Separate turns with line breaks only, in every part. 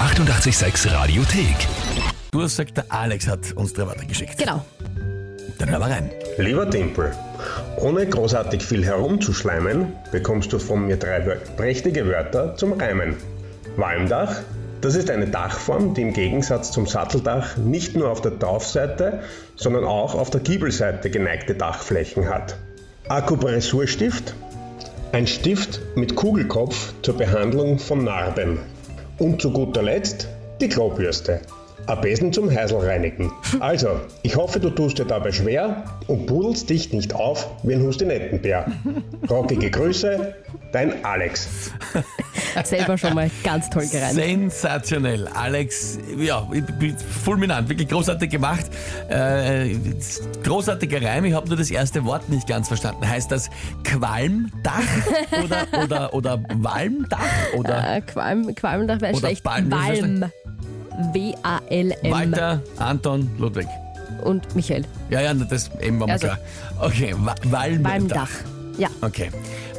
886 Radiothek.
Du hast gesagt, der Alex hat uns drei Wörter geschickt.
Genau.
Dann hören wir rein.
Lieber Tempel, ohne großartig viel herumzuschleimen, bekommst du von mir drei Wör prächtige Wörter zum Reimen. Walmdach, das ist eine Dachform, die im Gegensatz zum Satteldach nicht nur auf der Taufseite, sondern auch auf der Giebelseite geneigte Dachflächen hat. Akupressurstift, ein Stift mit Kugelkopf zur Behandlung von Narben. Und zu guter Letzt die Klobürste. Am besten zum Häusl reinigen. Also, ich hoffe, du tust dir dabei schwer und pudelst dich nicht auf wie ein Hustinettenbär. Rockige Grüße, dein Alex.
Selber schon mal ganz toll gereimt.
Sensationell. Alex, ja, fulminant, wirklich großartig gemacht. Äh, großartiger Reim, ich habe nur das erste Wort nicht ganz verstanden. Heißt das Qualmdach oder, oder, oder Walmdach oder
Äh, Qualm, Qualmdach wäre
Oder
schlecht.
Balm, das ist
Walm. W-A-L-M.
Walter, Anton, Ludwig?
Und Michael.
Ja, ja, na, das eben war mir
Also.
klar. Okay, Wa- Walmdach.
Walmdach. Ja.
Okay.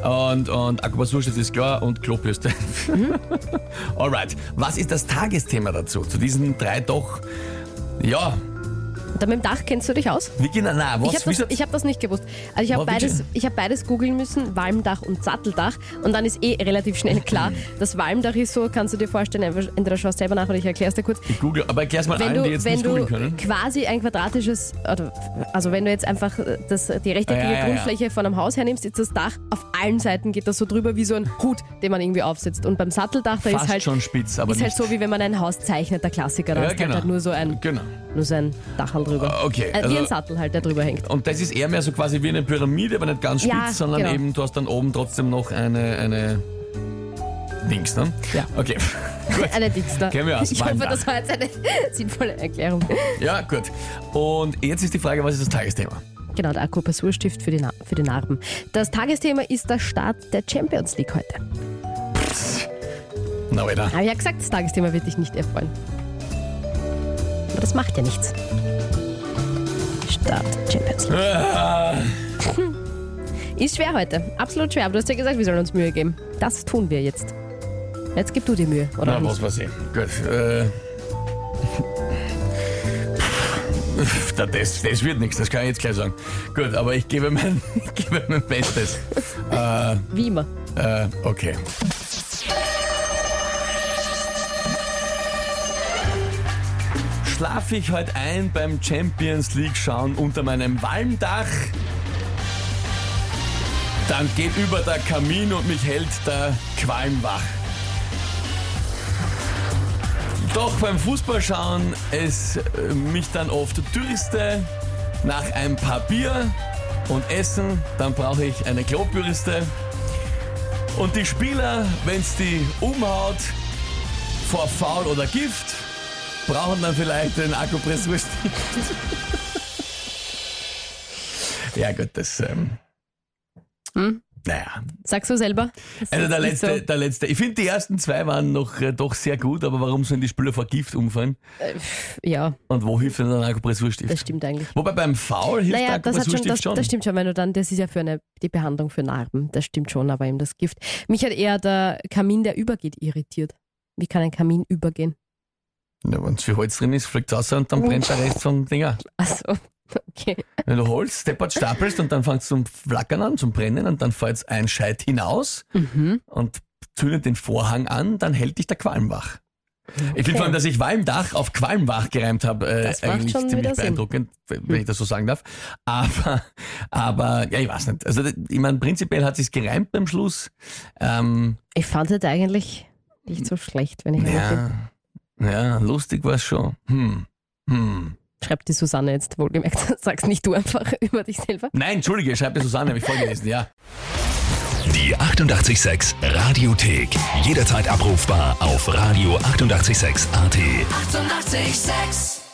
Und, und Akupressurstift ist klar und Klobürste.
Mhm.
Alright. Was ist das Tagesthema dazu? Zu diesen drei doch, ja,
Da mit dem Dach kennst du dich aus?
wie gehen, na, was,
Ich habe
wie
das,
soll's-
ich hab das nicht gewusst. Also ich
Oh,
habe beides,
bitte.
ich hab beides googeln müssen, Walmdach und Satteldach. Und dann ist eh relativ schnell klar, das Walmdach ist so, kannst du dir vorstellen, entweder schaust selber nach oder ich erkläre es dir kurz.
Ich google, aber erklär's mal
Wenn
allen,
du,
die jetzt
wenn
nicht googeln
du
können.
quasi ein quadratisches, oder, also wenn du jetzt einfach äh, das, die rechteckige
Ah, ja, ja, ja.
Grundfläche von einem Haus hernimmst, ist das Dach auf allen Seiten geht das so drüber wie so ein Hut, den man irgendwie aufsetzt. Und beim Satteldach, da
Fast
ist halt,
schon spitz, aber
ist
nicht.
halt so, wie wenn man ein Haus zeichnet, der Klassiker. Da
Ja,
ist halt,
genau.
halt nur so ein,
Genau.
nur so ein Dachal drüber.
Ah, okay,
Äh, wie
also-
ein Sattel halt, der drüber hängt.
Und das ist eher mehr so quasi wie eine Pyramide, aber nicht ganz spitz,
Ja,
sondern
genau.
eben du hast dann oben trotzdem noch eine, eine Dings, ne?
Ja.
Okay. Gut.
Eine Dickster.
Kennen wir aus
Ich hoffe,
Weinbach.
das war jetzt eine sinnvolle Erklärung.
Ja, gut. Und jetzt ist die Frage, was ist das Tagesthema?
Genau, der Akupressurstift für die, Na für die Narben. Das Tagesthema ist der Start der Champions League heute.
Na, weiter.
Habe ich Ah, ja gesagt, das Tagesthema wird dich nicht erfreuen. Aber das macht ja nichts. Start Champions League. Ist schwer heute. Absolut schwer. Aber du hast ja gesagt, wir sollen uns Mühe geben. Das tun wir jetzt. Jetzt gib du dir Mühe, oder?
Na, was weiß ich. Gut. Äh, Da- das, das wird nichts, das kann ich jetzt gleich sagen. Gut, aber ich gebe mein, ich gebe mein Bestes.
Wie immer.
Äh, okay. Schlafe ich heute ein beim Champions League schauen unter meinem Walmdach? Dann geht über der Kamin und mich hält der Qualm wach. Doch beim Fußballschauen es äh, mich dann oft dürste nach ein paar Bier und Essen, dann brauche ich eine Klobürste. Und die Spieler, wenn's die umhaut vor Foul oder Gift, brauchen dann vielleicht den Akupressurstift. ja gut, das... Ähm, Naja,
Sagst du selber? Das
also der
ist nicht
letzte, der letzte. Ich finde die ersten zwei waren noch äh, doch sehr gut, aber warum sollen die Spieler vor Gift umfallen?
So, ja,
Und wo hilft denn ein
das
Akupressurstift?
stimmt eigentlich.
Wobei beim Foul hilft
Naja,
der
das, hat schon,
Akupressurstift
das,
schon.
das stimmt schon, wenn du dann, das ist ja für eine, die Behandlung für Narben, das stimmt schon, aber eben das Gift. Mich hat eher der Kamin, der übergeht, irritiert. Wie kann ein Kamin übergehen?
Ja, wenn's viel Holz drin ist, fliegt's raus und dann brennt der Rest vom Dinger.
Also, okay.
Wenn du Holz steppert, stapelst und dann fängst du zum Flackern an, zum Brennen und dann fällt ein Scheit hinaus
Mhm.
und zündet den Vorhang an, dann hält dich der Qualm wach. Ich finde vor allem, dass ich Walmdach auf Qualmwach gereimt habe, äh,
Das macht
eigentlich
schon
ziemlich
wieder Sinn. Hm.
beeindruckend, wenn ich das so sagen darf. Aber, aber ja, ich weiß nicht. Also, ich meine, prinzipiell hat sich's gereimt beim Schluss. Ähm,
Ich fand es eigentlich nicht so schlecht, wenn ich ehrlich bin.
ja, ja, lustig war's schon. Hm, hm.
Schreibt die Susanne jetzt wohlgemerkt, sag's nicht du einfach über dich selber.
Nein, entschuldige, schreibt mir Susanne, habe ich vorgelesen, ja.
Die 886 Radiothek. Jederzeit abrufbar auf radio886.at. 886! 886.
886